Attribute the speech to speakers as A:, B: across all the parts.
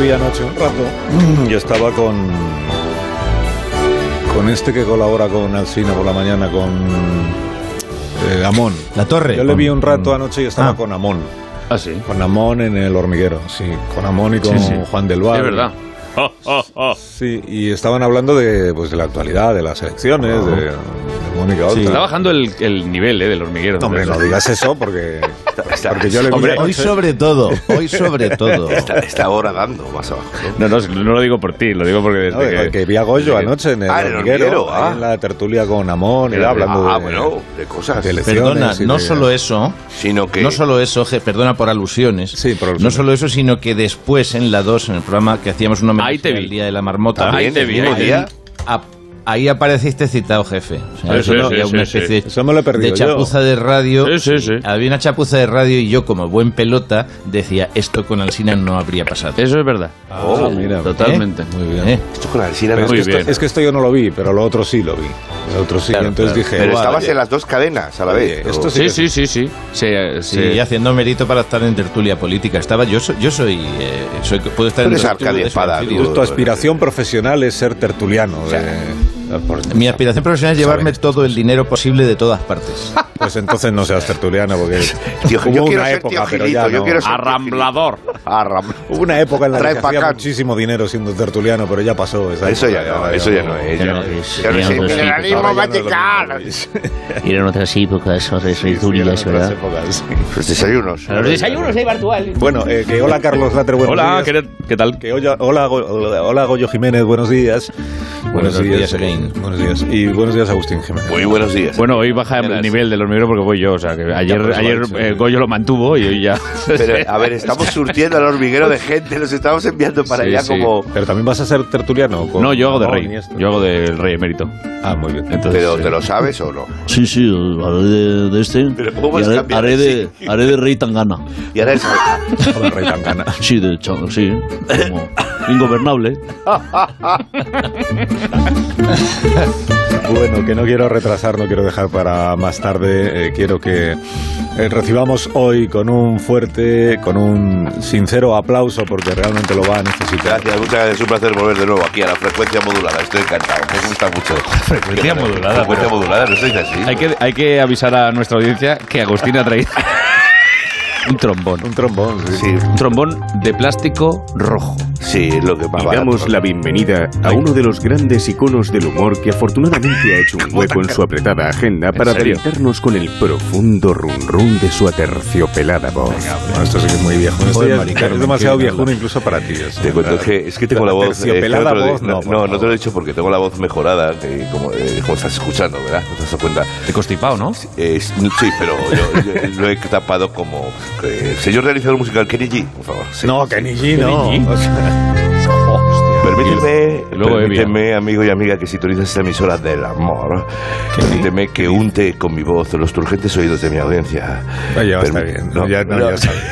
A: vi anoche un rato y Mm, estaba con con este que colabora con Alcina por la mañana con eh, Amón.
B: La Torre.
A: Yo le vi un rato anoche y estaba
B: Ah.
A: con Amón.
C: Ah, sí.
A: Con Amón en el hormiguero, sí. Con Amón y con
C: Sí, sí.
A: Juan del Val.
C: Es verdad. Ah, ah, ah.
A: Sí, y estaban hablando de, pues, de la actualidad, de las elecciones, de, de Mónica Oltra.
C: Está bajando el, el nivel eh, del hormiguero.
A: No, hombre, no digas eso porque, porque yo le vi
C: Hombre,
B: Hoy
A: anoche-
B: sobre todo, hoy sobre todo.
D: Está, está ahora dando más abajo. ¿no?
C: No, no, no lo digo por ti, lo digo porque desde
A: No, de-
C: que...
A: que vi a Goyo
C: desde que-
A: anoche en el,
D: Ah, en el
A: hormiguero,
D: hormiguero,
A: ahí
D: ah.
A: en la tertulia con Amón,
C: Era-
A: era hablando
D: Ah,
A: de,
D: bueno, de cosas.
A: de elecciones.
B: Perdona,
A: y
B: no
A: de-
B: solo eso,
D: Sino que.
B: no solo eso, je- perdona por alusiones.
A: Sí, por alusiones.
B: No solo eso, sino que después en la 2, en el programa que hacíamos
C: Ahí
B: un homenaje
C: te vi.
B: al Día de la Marmota.
C: Ahí te vi, ahí te vi.
B: Ahí, ap- ahí apareciste citado, jefe. O sea,
C: Eso
B: eso
C: es,
B: había
C: eso
B: una
C: es,
B: especie
C: eso
A: Eso me lo he perdido
B: de chapuza de
C: Sí,
B: radio.
C: sí, sí.
B: Había una chapuza de radio y yo, como buen pelota, decía, esto con Alsina no habría pasado.
C: Eso es verdad.
A: Oh, mira.
C: Totalmente.
A: yo. Muy bien.
B: ¿Eh?
D: Esto con Alsina
A: Pero
D: no
A: es,
C: Muy
A: que
D: es que-
A: esto,
C: bien.
A: es que esto yo no lo vi, pero lo otro sí lo vi. Lo otro sí,
C: Claro,
A: entonces
C: claro.
A: dije...
D: Pero
A: "Guau,
D: estabas
A: oye,
D: en las dos cadenas a la vez.
A: Oye, esto
D: ¿no?
A: sí
C: Sí,
A: que
C: sí, sí, sí. Se-
B: Sí,
C: se-
B: haciendo mérito para estar en tertulia política. Estaba, yo soy, yo soy, eh, soy- puedo estar en
D: Tú eres
B: tertulia
D: Arcadia
B: de
D: Espada,
B: Sanfirio.
D: tú.
A: Tu aspiración profesional es ser tertuliano. eh, de- por-
B: Mi aspiración profesional es llevarme todo el dinero posible de todas partes.
A: Pues entonces no seas tertuliano, porque
D: Tío, yo
A: hubo
D: quiero
A: una
D: ser
A: época,
D: tío
A: pero
D: Gilito,
A: ya
D: yo
A: no.
D: quiero ser-
C: Arramblador.
D: Arram-
A: Hubo una época en la
D: Trae
A: que se
D: pa'
A: hacía
D: acá.
A: muchísimo dinero siendo tertuliano, pero ya pasó. esa
D: Eso
A: época,
D: ya no, eso ya no
A: eh,
D: es. ya
E: Ya
D: no
E: no es,
D: Ya no
E: ya
D: es
E: no es.
D: imperialismo
A: Ahora ya no es lo
D: vaticano.
A: mismo.
E: Eran otras épocas, otras
A: Sí, sí, eran
E: tertulias,
A: otras
E: ¿verdad?
A: épocas.
D: Los desayunos.
E: Los desayunos de Bartual.
A: Bueno, eh, que hola Carlos Latre, buenos
C: Hola,
A: días.
C: ¿qué, qué tal?
A: Que hola, hola, Go- hola Goyo Jiménez, buenos días.
B: Buenos días, Again.
A: Buenos días. Y buenos días Agustín Jiménez.
D: Muy buenos días.
C: Bueno, hoy baja el nivel del hormiguero porque voy yo. O sea, que ayer,
A: pero lo ha
C: ayer
A: hecho,
C: eh,
A: sí.
C: Goyo lo mantuvo y hoy ya.
D: Pero, ah, a ver, estamos surtiendo al hormiguero de gente, los estamos enviando para
C: Sí,
D: allá
C: sí.
D: como.
A: Pero también vas a ser tertuliano. con-
C: no, yo hago de
A: con
C: rey.
A: esto.
C: Yo hago del rey emérito.
A: Ah, muy bien.
C: Entonces,
D: Pero
C: eh,
D: te lo sabes o no.
E: Sí, sí, haré de, de este.
D: Pero ¿cómo
E: y
D: has
E: haré,
D: cambiado?
E: haré de,
D: Sí.
E: haré de Rey Tangana.
D: Y ahora es.
A: Hola, rey Tangana.
E: Sí, de hecho, sí. Como ingobernable.
A: Bueno, que no quiero retrasar, no quiero dejar para más tarde. eh, quiero que eh, recibamos hoy con un fuerte, con un sincero aplauso porque realmente lo va a necesitar.
D: Gracias, muchas gracias. Es un placer volver de nuevo aquí a la frecuencia modulada. Estoy encantado. Me gusta mucho.
C: frecuencia modulada,
D: Frecuencia
C: pero-
D: modulada, no sois así.
C: hay, que, hay que avisar a nuestra audiencia que Agustín ha traído un trombón.
A: Un trombón, sí.
D: Sí,
C: Un trombón de plástico rojo.
D: sí, es lo que más
F: Y damos la bienvenida a uno de los grandes iconos del humor que afortunadamente ha hecho un hueco en su apretada agenda para
C: serio?
F: deleitarnos con el profundo run run de su aterciopelada voz.
A: Bueno, esto sí que es muy viejo. Esto
B: Joder,
A: ya es-
B: Mari
A: es
B: Carmen,
A: demasiado
B: qué bien
A: viejuno
B: hablas.
A: incluso para ti. eso,
D: Te cuento
A: ¿verdad?
D: que es que tengo la voz. eh,
A: Terciopelada
D: creo que lo
A: voz,
D: di-
A: no,
D: no,
A: por
D: no,
A: favor.
D: te lo he dicho porque tengo la voz mejorada, eh, como, eh, como estás escuchando, ¿verdad? No te has dado cuenta.
C: De constipado, ¿no?
D: Eh, s- sí, pero yo, yo lo he tapado como. eh, señor realizador musical, Kenny G, por favor. sí.
A: No, Kenny G, no.
C: Kenny G.
A: O sea,
D: Permíteme,
C: Y luego
D: permíteme, amigo y amiga que sintoniza esta emisora del amor. Permíteme que unte con mi voz los turgentes oídos de mi audiencia.
A: no, ya está
D: Permi-
A: bien.
D: No,
A: ya, no,
D: no,
A: ya está bien.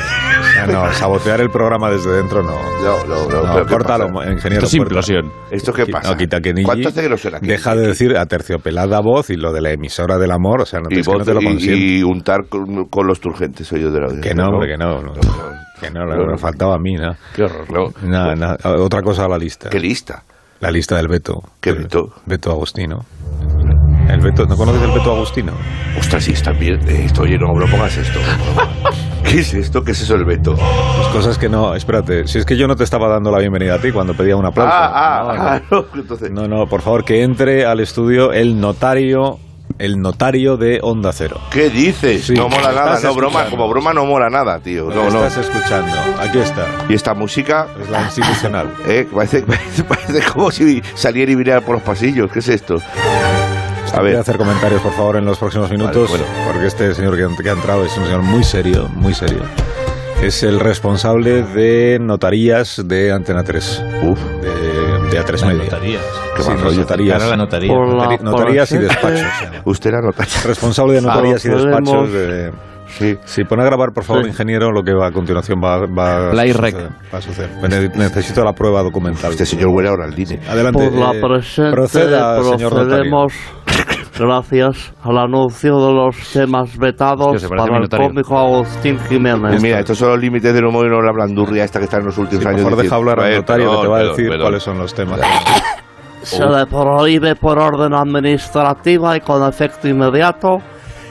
A: Ya no, sabotear el programa desde dentro no.
D: No, no, no,
A: No,
D: pero ¿qué
A: córtalo,
D: pasa?
C: Esto
A: ingeniero.
C: es
A: corta.
C: implosión.
D: ¿Esto qué pasa?
A: No, quita Kenny G.
D: ¿Cuánto hace que no suena Kenny
A: Deja
D: G?
A: de decir aterciopelada voz y lo de la emisora del amor, o sea, no,
D: y,
A: es que no
D: voz-
A: te lo
D: y-
A: consiento.
D: y untar con, con los turgentes oídos de la audiencia.
A: Que no, hombre, que no. no,
D: No,
A: que no, no, no, faltaba a mí, ¿no?
D: Qué horror. no.
A: Nada, nada, Otra cosa a la lista.
D: Qué lista.
A: La lista del Beto.
D: ¿Qué
A: Del-
D: Beto?
A: Beto Agustino. El Beto, ¿no conoces el Beto Agustino?
D: Ostras, sí, está bien. Eh, Esto, oye, no, no pongas esto. ¿Qué es esto? ¿Qué es eso el veto?
A: Pues cosas que no, espérate, si es que yo no te estaba dando la bienvenida a ti cuando pedía un aplauso.
D: Ah,
A: No,
D: ah,
A: no.
D: ah, no, entonces.
A: No, no, por favor, que entre al estudio el notario, el notario de Onda Cero.
D: ¿Qué dices?
A: Sí,
D: no mola
A: lo
D: nada,
A: estás
D: no, broma,
A: escuchando.
D: como broma no mola nada, tío. No,
A: Lo
D: no.
A: estás escuchando, aquí está,
D: Y esta música,
A: es la institucional.
D: eh, que parece, parece, parece como si saliera y viniera por los pasillos. ¿Qué es esto? A
A: Voy a
D: ver,
A: hacer comentarios, por favor, en los próximos minutos,
D: bueno.
A: porque este señor que, ha- que ha entrado es un señor muy serio, muy serio. Es el responsable de notarías de Antena 3,
D: uf,
A: de, de A3 Media.
B: Notarías.
D: qué
A: Sí,
D: mal
A: rollo
D: rollo.
A: notaría.
B: Cara a la notaría.
A: Notari- notarías y despachos.
D: Usted era nota.
A: Responsable de notarías y despachos
D: podemos-
A: de...
D: Sí.
A: Si pone a grabar, por favor,
C: Sí.
A: ingeniero, lo que va a continuación va, va,
C: Play
A: a,
C: rec.
A: suceder, va a suceder. Ne- Necesito la prueba documental.
D: Este señor huele ahora al dine.
A: Adelante.
G: Por la
A: eh,
G: presente
A: proceda, señor notario.
G: procedemos gracias al anuncio de los temas vetados
C: Hostia, se parece
G: para el
C: Minotauro.
G: cómico Agustín Jiménez.
D: Pues Mira, estos son los límites del humor y no la blandurria esta que está en los últimos
A: Sí,
D: años.
A: mejor deja
D: diciendo,
A: hablar al
D: "Eh,
A: notario que te
D: perdón,
A: va a
D: perdón,
A: decir
D: perdón".
A: cuáles son los temas.
G: Se le prohíbe por orden administrativa y con efecto inmediato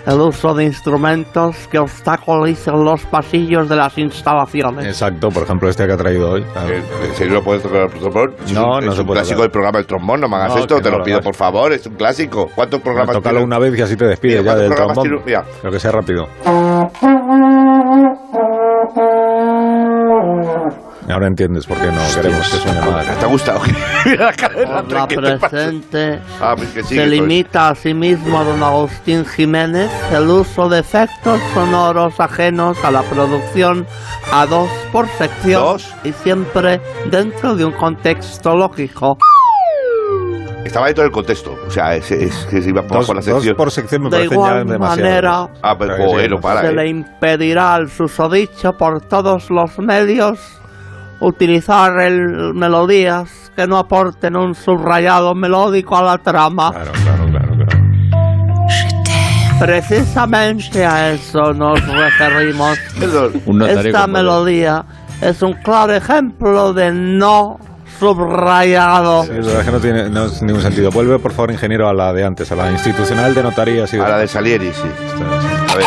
G: el uso de instrumentos que obstaculizan los pasillos de las instalaciones.
A: Exacto, por ejemplo, este que ha traído hoy. claro.
D: Eh, ¿En serio lo puedes tocar el trombón? Si es
A: No,
D: un-
A: no
D: es
A: se
D: un
A: puede
D: clásico
A: tocar.
D: del programa El Trombón, no me hagas
A: No,
D: esto,
A: que
D: te
A: no
D: lo
A: lo
D: pido
A: hagas.
D: por favor, es un clásico. ¿Cuántos
A: Bueno,
D: programas
A: tócalo
D: tiene?
A: una vez y así te despides
D: Mira,
A: ya del
D: ¿cuántos
A: trombón.
D: programas tiene?
A: Lo que sea rápido. Ahora entiendes por qué no queremos que suene
D: Ah,
A: mal.
D: ¿Te ha gustado? Mira la cara de
G: Por
D: Andrés,
G: la
D: ¿qué te pasa?
G: presente
D: Ah, pues que sigue,
G: se
D: entonces.
G: limita a sí mismo a don Agustín Jiménez el uso de efectos sonoros ajenos a la producción a dos por sección
D: ¿Dos?
G: y siempre dentro de un contexto lógico.
D: Estaba dentro del contexto. O sea, es, es que se iba por,
A: Dos,
D: por la
A: dos
D: sección.
A: por sección este me
G: De
A: parecen ya
G: igual
A: demasiado.
G: manera-
D: Ah, pero
A: Creo que
D: joder,
A: sí.
D: no para.
G: se le
D: ¿eh?
G: impedirá al susodicho por todos los medios utilizar el- melodías que no aporten un subrayado melódico a la trama.
A: Claro, claro, claro, claro.
G: Precisamente a eso nos referimos.
D: Perdón.
B: Un notario
G: Esta
B: con poder.
G: melodía es un claro ejemplo de no subrayado.
A: Sí, la verdad es que no tiene no es ningún sentido. Vuelve, por favor, ingeniero, a la de antes, a la institucional de notarías y de-
D: A la de Salieri, sí. A ver.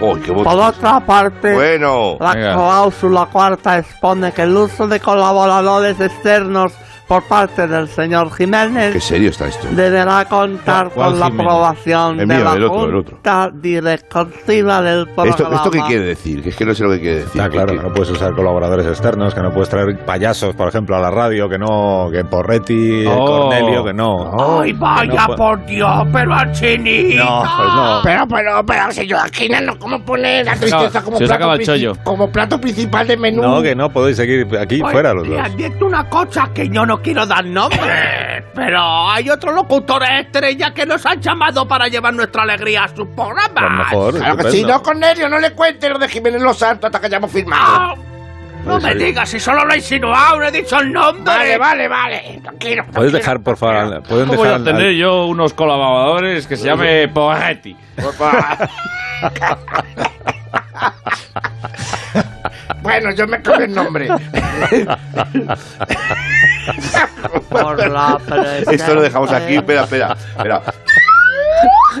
D: Uy, qué
G: Por
D: bueno.
G: otra parte,
D: Bueno.
G: Oh, La
C: Venga.
G: cláusula cuarta expone que el uso de colaboradores externos por parte del señor
D: Qué
G: Jiménez
D: serio está esto.
G: deberá contar
B: ¿Cuál
G: con la
B: Jiménez?
G: aprobación
D: El
G: de
D: mío,
G: la
D: el otro, el otro.
G: Junta Directiva del programa.
D: ¿Esto, ¿Esto qué quiere decir? Que es que no sé lo que quiere decir.
A: Está Ah, claro que no puedes usar colaboradores externos, que no puedes traer payasos, por ejemplo, a la radio, que no, que Porretti, eh,
C: Oh.
A: Cornelio, que no.
H: ¡Ay, vaya
A: No, pues-
H: por Dios! ¡Pero Anchini!
A: No, pues no.
H: Pero, pero, pero, señor Aquina, no cómo pone la
C: Se
H: tristeza
C: os
H: como,
C: acaba
H: plato
C: el
H: princi-
C: chollo.
H: como plato principal de menú.
A: No, que no, podéis seguir aquí
H: Oye,
A: fuera los
H: te
A: dos.
H: advierto una cosa que yo no quiero dar nombre, pero hay otros locutores estrella que nos han llamado para llevar nuestra alegría a sus programas.
A: Pues mejor,
H: Claro que
A: estupendo.
H: sí, no,
D: Cornelio, no le cuente lo de Jiménez Los Santos hasta que hayamos firmado.
I: Ah,
H: no.
A: Pues
H: No me digas, si solo lo he insinuado, no he dicho el nombre. Vale, vale, vale. Tranquilo.
A: Puedes dejar, por favor, al- pueden
C: ¿Cómo voy
A: dejar
C: a
A: al-
C: tener yo unos colaboradores que se llame Poetti?
H: Bueno, yo me cambio el nombre.
G: Por la
D: Esto lo dejamos aquí.
G: presente-
D: Espera, espera, espera.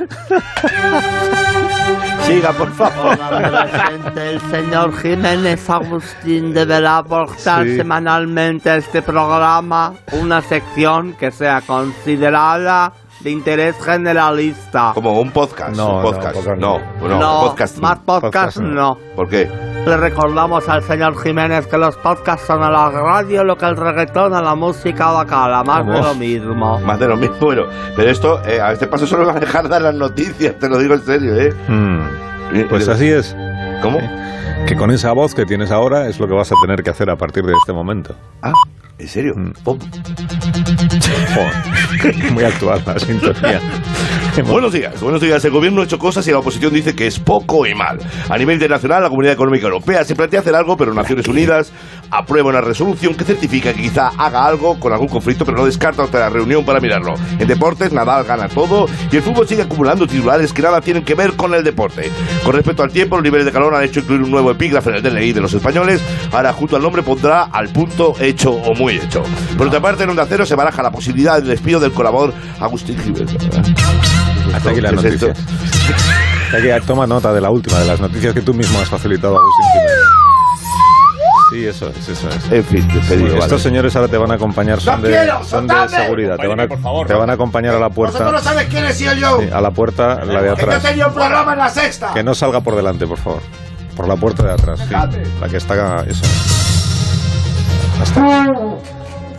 D: Siga, por favor.
G: por la presente, el señor Jiménez Agustín deberá aportar
A: Sí.
G: semanalmente a este programa una sección que sea considerada de interés generalista.
D: Como un podcast.
A: No,
D: un
A: no,
D: podcast. No,
A: podcast
D: no,
G: no,
D: podcast. no.
G: más podcast,
A: Podcast no.
G: no.
D: ¿Por qué?
G: Le recordamos al señor Jiménez que los podcasts son a la radio lo que el reggaetón a la música o a cada más de lo mismo.
D: Más de lo mismo. Bueno, pero esto, eh, a este paso solo van a dejar dar las noticias, te lo digo en serio, ¿eh?
A: Mm,
D: Eh,
A: Pues
D: eh,
A: así es, Eh,
D: ¿Cómo?
A: que con esa voz que tienes ahora es lo que vas a tener que hacer a partir de este momento.
D: Ah, ¿en serio?
A: Mm.
D: Pum.
A: Joder, Muy actual la sintonía.
D: Buenos días, buenos días. El gobierno ha hecho cosas y la oposición dice que es poco y mal. A nivel internacional, la Comunidad Económica Europea se plantea hacer algo, pero Naciones Unidas aprueba una resolución que certifica que quizá haga algo con algún conflicto, pero no descarta hasta la reunión para mirarlo. En deportes, Nadal gana todo y el fútbol sigue acumulando titulares que nada tienen que ver con el deporte. Con respecto al tiempo, los niveles de calor han hecho incluir un nuevo epígrafe en el DNI de los españoles. Ahora, junto al nombre, pondrá al punto hecho o muy hecho. Por otra parte, en Onda Cero se baraja la posibilidad del despido del colaborador Agustín Gilbert.
A: Hasta aquí las
D: ¿Qué es esto?
A: noticias. Hasta aquí, toma nota de la última, de las noticias que tú mismo has facilitado a Agustín Jiménez. Sí, eso es, eso es.
D: En fin, despedido.
A: Estos
D: vale.
A: señores ahora te van a acompañar, son,
H: ¡No
A: de,
H: quiero!
A: son de
H: ¡Soltadme!
A: seguridad, te van, a, te van a acompañar a la
H: Vosotros no
A: puerta,
H: sabes quién he sido yo.
A: sí, a la puerta, la
H: Que
A: de
H: yo
A: atrás.
H: tenía un programa en la sexta.
A: Que no salga por delante, por favor. Por la puerta de atrás, sí. La que está eso. Hasta aquí.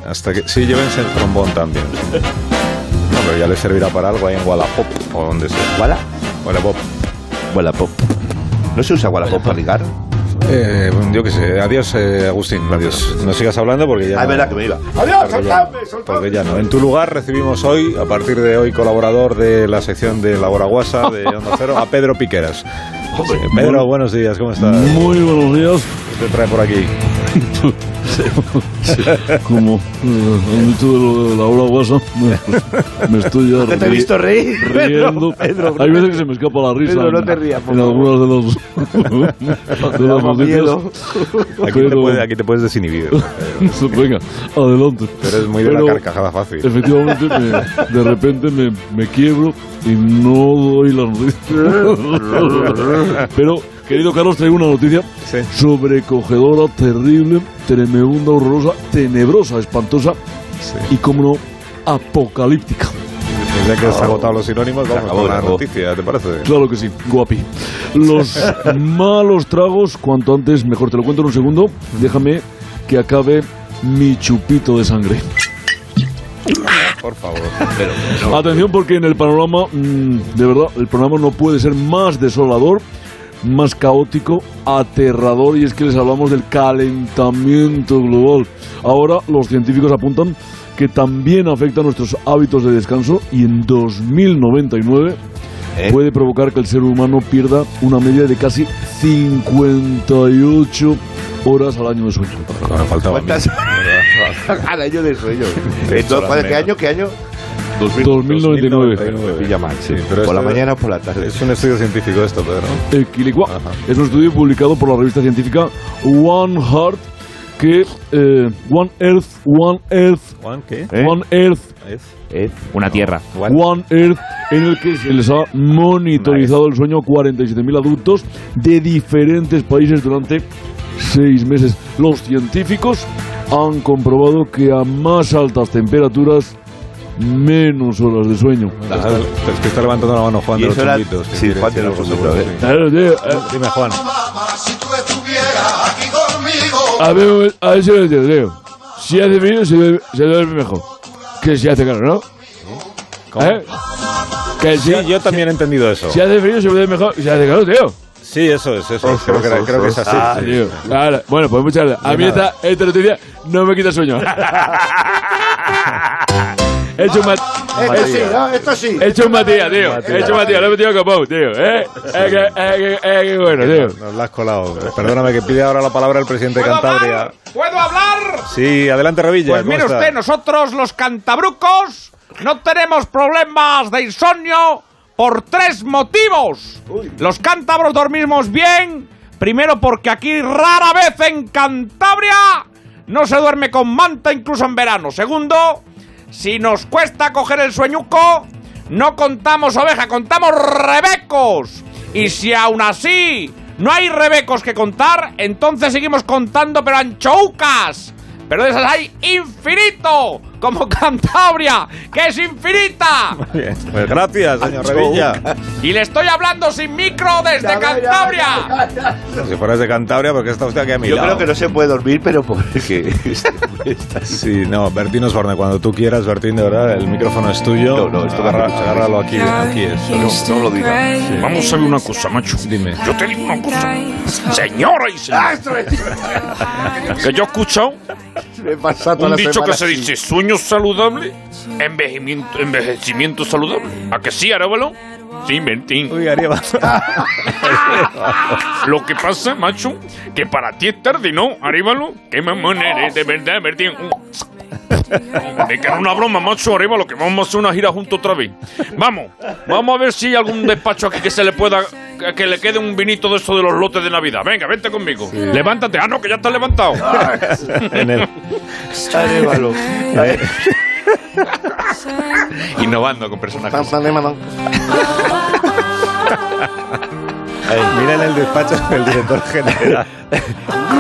A: Hasta que sí llévense el trombón también. No, pero ya les servirá para algo ahí en Wallapop o donde sea.
D: ¿Wala?
A: Wallapop.
D: Wallapop. ¿No se usa Wallapop para ligar?
A: Eh, yo qué sé. Adiós, eh, Agustín. Adiós. No sigas hablando porque ya
D: Ah, es
A: no-
D: verdad que me iba.
H: Adiós,
A: Porque ya-
H: soltadme, soltadme.
A: Porque ya no. En tu lugar recibimos hoy, a partir de hoy, colaborador de la sección de La Boraguasa de Onda Cero, a Pedro Piqueras. Sí, Pedro, buenos días, ¿cómo estás?
E: Muy buenos días.
A: ¿Qué te trae por aquí?
E: Como eh, han dicho de lo de la hora guasa, me, pues, me estoy ya
D: ¿Qué te he
E: ri-
D: visto reír?
E: riendo.
D: Pedro, Pedro,
E: Hay veces que se me escapa la risa.
D: Pedro, no
E: en-
D: te rías, por
E: En
D: favor.
E: algunas de los de las
D: Damos miedo.
E: noticias.
A: Aquí te,
E: Pero-
A: puede- aquí te puedes desinhibir.
E: Venga, adelante.
A: Pero es muy de
E: Pero-
A: la carcajada fácil.
E: Efectivamente, me- de repente me, me quiebro y no doy las noticias. Pero, querido Carlos, traigo una noticia
A: Sí.
E: sobrecogedora, terrible, tremenda, horrorosa, tenebrosa, espantosa
A: Sí.
E: y, como no, apocalíptica.
A: Pues ya que has agotado los sinónimos, vamos
D: acabó,
A: con la
D: acabó.
A: noticia, ¿te parece?
E: Claro que sí, guapi. Los malos tragos, cuanto antes mejor. Te lo cuento en un segundo. Déjame que acabe mi chupito de sangre.
A: Por favor.
E: Atención porque en el panorama, mm, de verdad, el programa no puede ser más desolador, más caótico, aterrador y es que les hablamos del calentamiento global. Ahora los científicos apuntan que también afecta a nuestros hábitos de descanso y en 2099
D: ¿Eh?
E: puede provocar que el ser humano pierda una media de casi 58 horas al año de sueño.
A: Bueno, faltaba a mí.
D: ¿Cuántas? Al año de sueño. Entonces, ¿cuál- ¿Qué año? ¿Qué año?
E: 2099.
A: 99.
D: Pilla mal,
A: Sí, pero
D: por la
A: esto-
D: mañana o por la tarde.
A: Es un estudio científico esto, Pedro.
E: El Eh, Quilicua. Es un estudio publicado por la revista científica One Heart que eh, One Earth, One Earth,
A: ¿Juan qué?
D: ¿Eh?
E: One Earth,
A: ¿Es?
C: Una tierra.
A: Juan.
E: Eh, One Earth, en el que se les ha monitorizado el sueño a 47.000 adultos de diferentes países durante seis meses. Los científicos han comprobado que a más altas temperaturas, menos horas de sueño.
A: Está- pero es que está levantando la mano Juan
D: Y
A: de los
D: eso era-
A: chunguitos.
D: sí, Juan de los chunguitos, a ver.
A: Sí.
E: Eh, eh, eh,
A: Dime, Juan.
E: A ver, a ver si lo entiendo. Si hace frío, se duerme, se duerme mejor. Que si hace calor, ¿no? ¿Eh? Que si,
A: Sí, yo también he entendido eso.
E: si hace frío, se duerme mejor. Y si hace calor, tío.
A: Sí, eso es, eso es. Creo que, era- creo que es así. sí.
E: Ah, Tío. Ahora, bueno, pues muchas gracias. A mí esta, esta noticia no me quita sueño. He hecho un mat...
A: Eh,
H: Este
D: Esto sí, ¿no? Esto sí.
E: he hecho un matía, tío. He hecho un matía. Lo he metido a capón, tío. ¿Eh? Es que, es que, es que bueno, tío.
A: Nos la has colado. Perdóname que pide ahora la palabra el presidente de
J: ¿Puedo
A: Cantabria.
J: hablar? ¿Puedo hablar?
A: Sí, adelante Revilla.
J: Pues
A: ¿cómo
J: mire
A: está?
J: usted, nosotros los cantabrucos no tenemos problemas de insomnio por tres motivos. Los cántabros dormimos bien. Primero porque aquí rara vez en Cantabria no se duerme con manta incluso en verano. Segundo, si nos cuesta coger el sueñuco, no contamos oveja, contamos rebecos. Y si aún así no hay rebecos que contar, entonces seguimos contando pero anchoucas. Pero de esas hay infinito, como Cantabria, que es infinita.
A: Bien. Pues gracias, señor Revilla.
J: Y le estoy hablando sin micro desde Cantabria.
A: Si fueras de Cantabria, porque está usted aquí a mi
D: Yo
A: lado.
D: creo que no se puede dormir, pero porque este hombre está así.
A: Sí, no, Bertín Osborne, cuando tú quieras, Bertín, de verdad, el micrófono es tuyo.
D: No, no, esto me
A: Agarra-
D: gusta.
A: agárralo aquí, aquí es.
D: No, no lo digas.
J: Vamos a ver una cosa, macho.
A: Dime.
J: Yo te digo una cosa. Señora y que yo he escuchado
D: Me pasa toda
J: un
D: la
J: dicho que
D: semana
J: se
D: así.
J: dice sueño saludable, envejecimiento, envejecimiento saludable. ¿A que sí, Arábalo? Sí, Bertín.
A: Uy, arriba.
J: Lo que pasa, macho, que para ti es tarde, ¿no? Aríbalo, qué mamón eres, de verdad, Bertín. Me queda una broma, macho, Aríbalo, que vamos a hacer una gira juntos otra vez. Vamos, vamos a ver si hay algún despacho aquí que se le pueda, que le quede un vinito de eso de los lotes de Navidad. Venga, vente conmigo. Levántate. Ah, no, que ya está levantado.
A: en el,
D: Arévalo.
C: Innovando con personajes.
A: mira en el despacho del director general.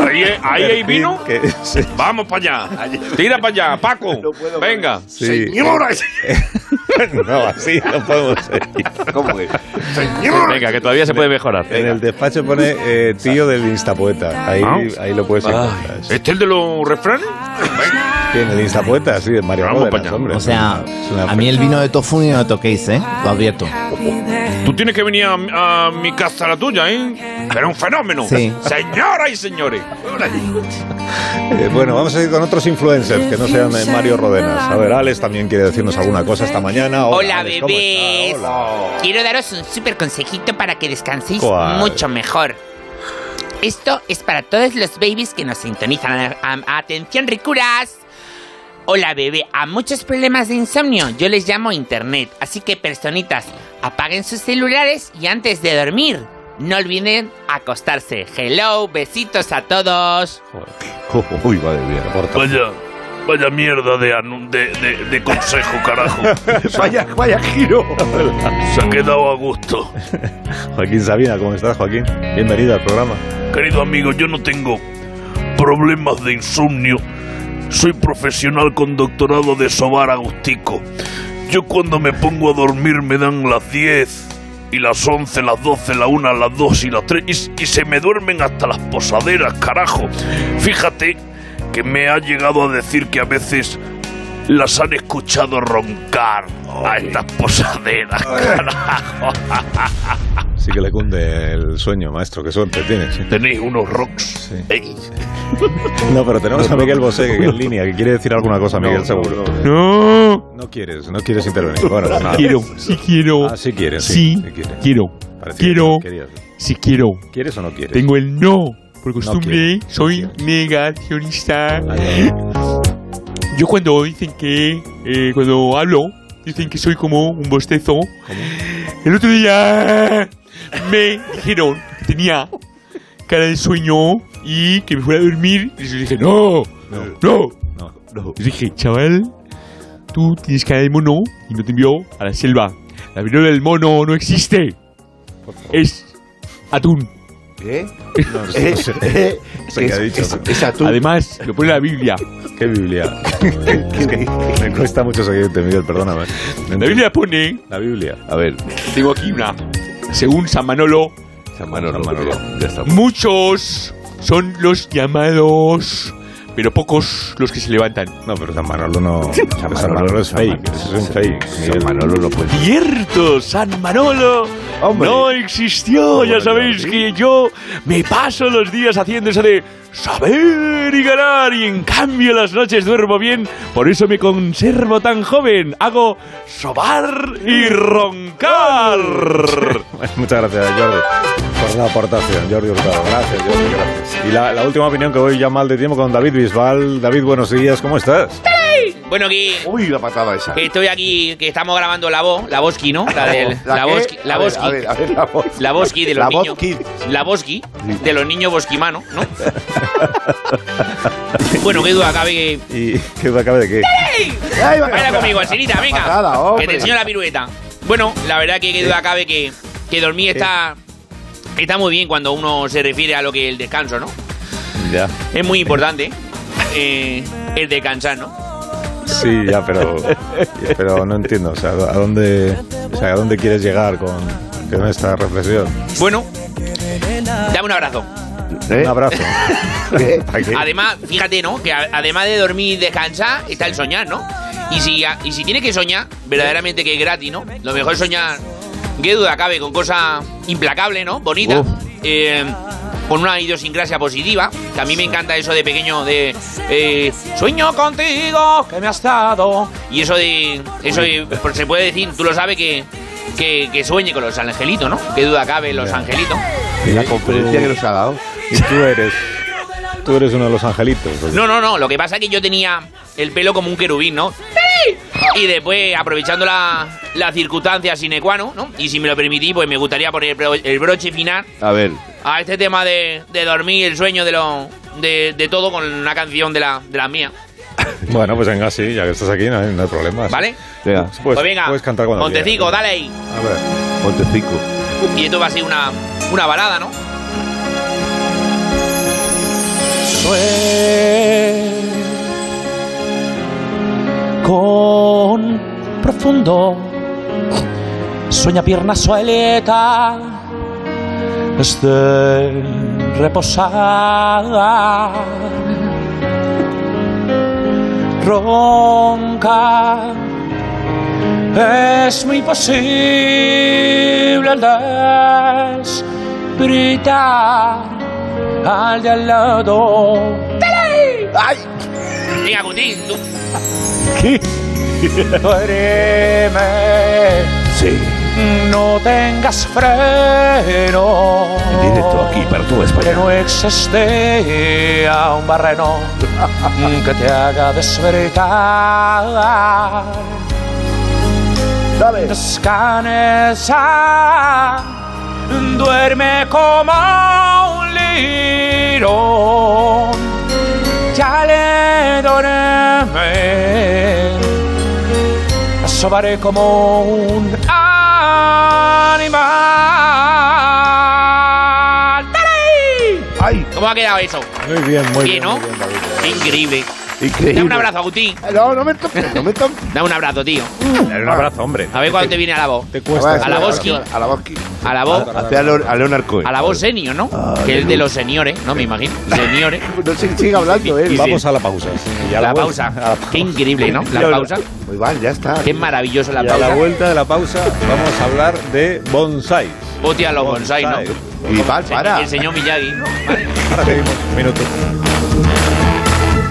J: Ahí, ahí hay vino.
A: Que, sí,
J: Vamos para allá. Tira para allá, Paco.
D: puedo
J: Venga.
A: sí. Eh,
D: Señora,
A: No, así no podemos seguir.
D: ¿Cómo que?
C: Venga, que todavía se puede mejorar.
A: En el despacho pone eh, tío del Instapoeta. Ahí,
D: Ah.
A: ahí lo puedes encontrar.
J: ¿Este es el de los refranes?
A: Sí, en el Instapoeta, sí, de Mario
J: Vamos
A: Gómez,
J: para allá.
A: hombre.
B: O sea,
A: Es una-
B: a mí el vino de tofu ni no lo toquéis, ¿eh? Lo advierto.
J: Tú tienes que venir a, a mi casa, a la tuya, ¿eh? Pero un fenómeno.
B: Sí.
J: Señoras y señores.
A: Eh, bueno, vamos a ir con otros influencers que no sean eh, Mario Rodenas. A ver, Alex también quiere decirnos alguna cosa esta mañana.
K: Hola,
A: Alex, ¿cómo
K: bebés.
A: está? Hola.
K: Quiero daros un súper consejito para que descanséis
A: ¿Cuál?
K: mucho mejor. Esto es para todos los babies que nos sintonizan. A- a- atención, ricuras. Hola, bebé. A muchos problemas de insomnio yo les llamo internet. Así que, personitas, apaguen sus celulares y antes de dormir, no olviden acostarse. Hello, besitos a todos.
A: Uy, madre mía, por tanto.
L: Vaya, vaya mierda de, anu- de, de- de consejo, carajo.
D: vaya, vaya giro.
L: Se ha quedado a gusto.
A: Joaquín Sabina, ¿cómo estás, Joaquín? Bienvenido al programa.
L: Querido amigo, yo no tengo problemas de insomnio. Soy profesional con doctorado de sobar agustico. Yo cuando me pongo a dormir me dan las 10 y las 11, las 12, la 1, las 2 y las 3 y, s- y se me duermen hasta las posaderas, carajo. Fíjate que me ha llegado a decir que a veces las han escuchado roncar a estas posaderas, carajo.
A: Sí que le cunde el sueño, maestro, qué suerte tienes.
L: Tenéis unos rocks. Ey.
A: No, pero tenemos a Miguel Bosé que en línea, que quiere decir alguna cosa, Miguel, seguro. No. No quieres, no quieres intervenir. Bueno, pues nada.
M: Quiero, sí quiero.
A: Ah, sí quieres, sí.
M: Sí,
A: sí quieres.
M: quiero.
A: Parecía
M: Quiero.
A: que querías.
D: ¿eh?
M: Sí quiero.
A: ¿Quieres o no quieres?
M: Tengo el no. Por
A: No
M: costumbre, ¿eh? soy negacionista. Yo cuando dicen que, eh, cuando hablo, dicen que soy como un bostezo. El otro día me dijeron que tenía cara de sueño y que me fuera a dormir. Y yo dije, no, no, no. Y dije, chaval, tú tienes cara de mono y no te envió a la selva. La viruela del mono no existe. Es atún.
D: ¿Eh?
A: No, no sé, no sé. No sé qué ha dicho.
M: Además, lo pone la Biblia.
A: ¿Qué Biblia? es que me cuesta mucho seguirte, Miguel, perdóname.
M: La Biblia pone.
A: La Biblia.
M: A ver. Tengo aquí una. Según San Manolo,
A: San Manolo, ya está.
M: muchos son los llamados, pero pocos los que se levantan.
A: No, pero San Manolo no. San Manolo es fake, es un fake. San Manolo no puede.
M: Cierto, San Manolo no existió. Ya sabéis que yo me paso los días haciendo eso de saber y ganar y en cambio las noches duermo bien. Por eso me conservo tan joven. Hago sobar y roncar.
A: Muchas gracias, Jordi, por la aportación. Jordi Hurtado, gracias, Jordi, gracias. Y la, la última opinión que voy ya mal de tiempo con David Bisbal. David, buenos días, ¿cómo estás?
I: Bueno, aquí.
D: Uy, la patada esa.
I: Que estoy aquí, que estamos grabando la voz, la Bosqui, ¿no? La del.
D: ¿La
I: La,
D: qué?
I: Bosqui. La
D: A ver,
I: Bosqui.
D: a ver, a ver, la Bosqui.
I: La Bosqui de los
D: La
I: niños.
D: Bosqui.
I: La Bosqui de los niños bosquimano, ¿no? bueno, qué duda cabe que.
A: ¿Y qué duda cabe de qué?
I: Baila conmigo, Alcinita, venga.
A: Patada,
I: que
A: hombre.
I: te enseño la pirueta. Bueno, la verdad que qué duda cabe que, que dormir está. Está muy bien cuando uno se refiere a lo que es el descanso, ¿no?
A: Ya.
I: Es muy importante eh, el descansar, ¿no?
A: Sí, ya, pero, pero no entiendo. O sea, ¿a dónde, o sea, ¿a dónde quieres llegar con, con esta reflexión?
I: Bueno, dame un abrazo.
A: Un abrazo. ¿Para ¿Eh? qué?
I: Además, fíjate, ¿no? Que a- además de dormir y descansar, está el soñar, ¿no? Y si, a- y si tienes que soñar, verdaderamente que es gratis, ¿no? Lo mejor es soñar, qué duda cabe, con cosas implacables, ¿no? Bonitas. Eh, con una idiosincrasia positiva. Que a mí me encanta eso de pequeño, de... eh, sueño contigo, que me has dado. Y eso de... Eso de- pues se puede decir, tú lo sabes que... Que, que sueñe con los angelitos, ¿no? Qué duda cabe, los angelitos.
A: Y la
I: conferencia que
A: nos ha dado. Y tú eres. Tú eres uno de los angelitos. porque-
I: No, no, no. Lo que pasa es que yo tenía el pelo como un querubín, ¿no? Y después, aprovechando la, la circunstancia sine qua non, ¿no? Y si me lo permitís, pues me gustaría poner el bro- el broche final
D: A ver.
I: a este tema de, de dormir, el sueño de lo, de, de todo con una canción de la, de la mía.
A: Bueno, pues venga, sí, ya que estás aquí, no hay, no hay problema.
I: ¿Vale?
A: Venga. Puedes,
I: Pues, venga,
A: puedes cantar cuando
I: Montecico,
A: quieras.
I: dale ahí.
A: A ver. Montecico.
I: Y esto va a ser una, una balada, ¿no?
N: con profundo sueña pierna suelta esté reposada ronca es muy posible desbritar al de al lado ¡Ay!
I: Venga, Guti, tú.
N: Duéreme. Sí. No tengas freno.
D: Directo aquí para toda
N: Que
D: España.
N: no existe un barreno que te haga despertar. Dale. Descansa, duerme como un lirón. Ya le duerme, sobaré como un animal. ¡Dale!
I: ¿Cómo ha quedado eso?
A: Muy bien, muy bien.
I: ¿no? Qué Increíble. Da un abrazo, Agustín.
D: No, no me toques, no me toques.
I: Da un abrazo, tío.
D: Dale un abrazo, hombre.
I: A ver cuándo te viene a la voz.
D: cuesta.
I: A la Boski.
D: A la Boski.
I: A la voz.
D: Hace a, Leon- a Leonard Cohen.
I: A la voz senior, ¿no? que es de los señores, ¿no? Me imagino. Señores.
D: No sé, sigue hablando, eh.
A: Vamos a la pausa. Y a
I: la,
A: vuelta-
I: pausa. Qué increíble, ¿no? La
A: Ya,
I: pausa.
D: Muy bien, ya está.
I: Qué maravilloso la
A: y a
I: pausa.
A: la vuelta de la pausa vamos a hablar de bonsai.
I: Boti a los bonsai, ¿no?
A: Y para, para.
I: El señor Miyagi, ¿no?
A: Ahora seguimos. Un minuto.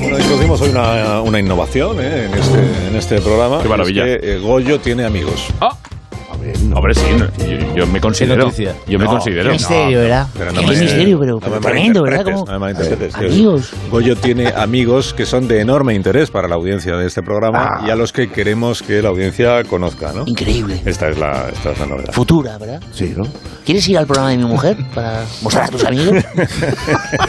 A: Bueno, introducimos hoy una, una innovación eh, en, este, en este programa.
C: Qué maravilla. Ah.
A: Es que, eh, Goyo tiene amigos.
C: Hombre, sí, no, yo, yo me considero.
A: noticia?
C: Yo me
A: No,
C: considero.
A: qué misterio, ¿verdad?
C: Pero no
A: Qué
C: me-
A: misterio,
C: no
A: pero-
C: me
A: pero
C: malinterpretes,
A: tremendo, ¿verdad? Como-
C: no me malinterpretes.
A: Amigos. Goyo tiene amigos que son de enorme interés para la audiencia de este programa y a los que queremos que la audiencia conozca, ¿no?
O: Increíble.
A: Esta es la, esta es la novedad.
O: Futura, ¿verdad?
A: Sí, ¿no?
O: ¿Quieres ir al programa de mi mujer para mostrar a tus amigos?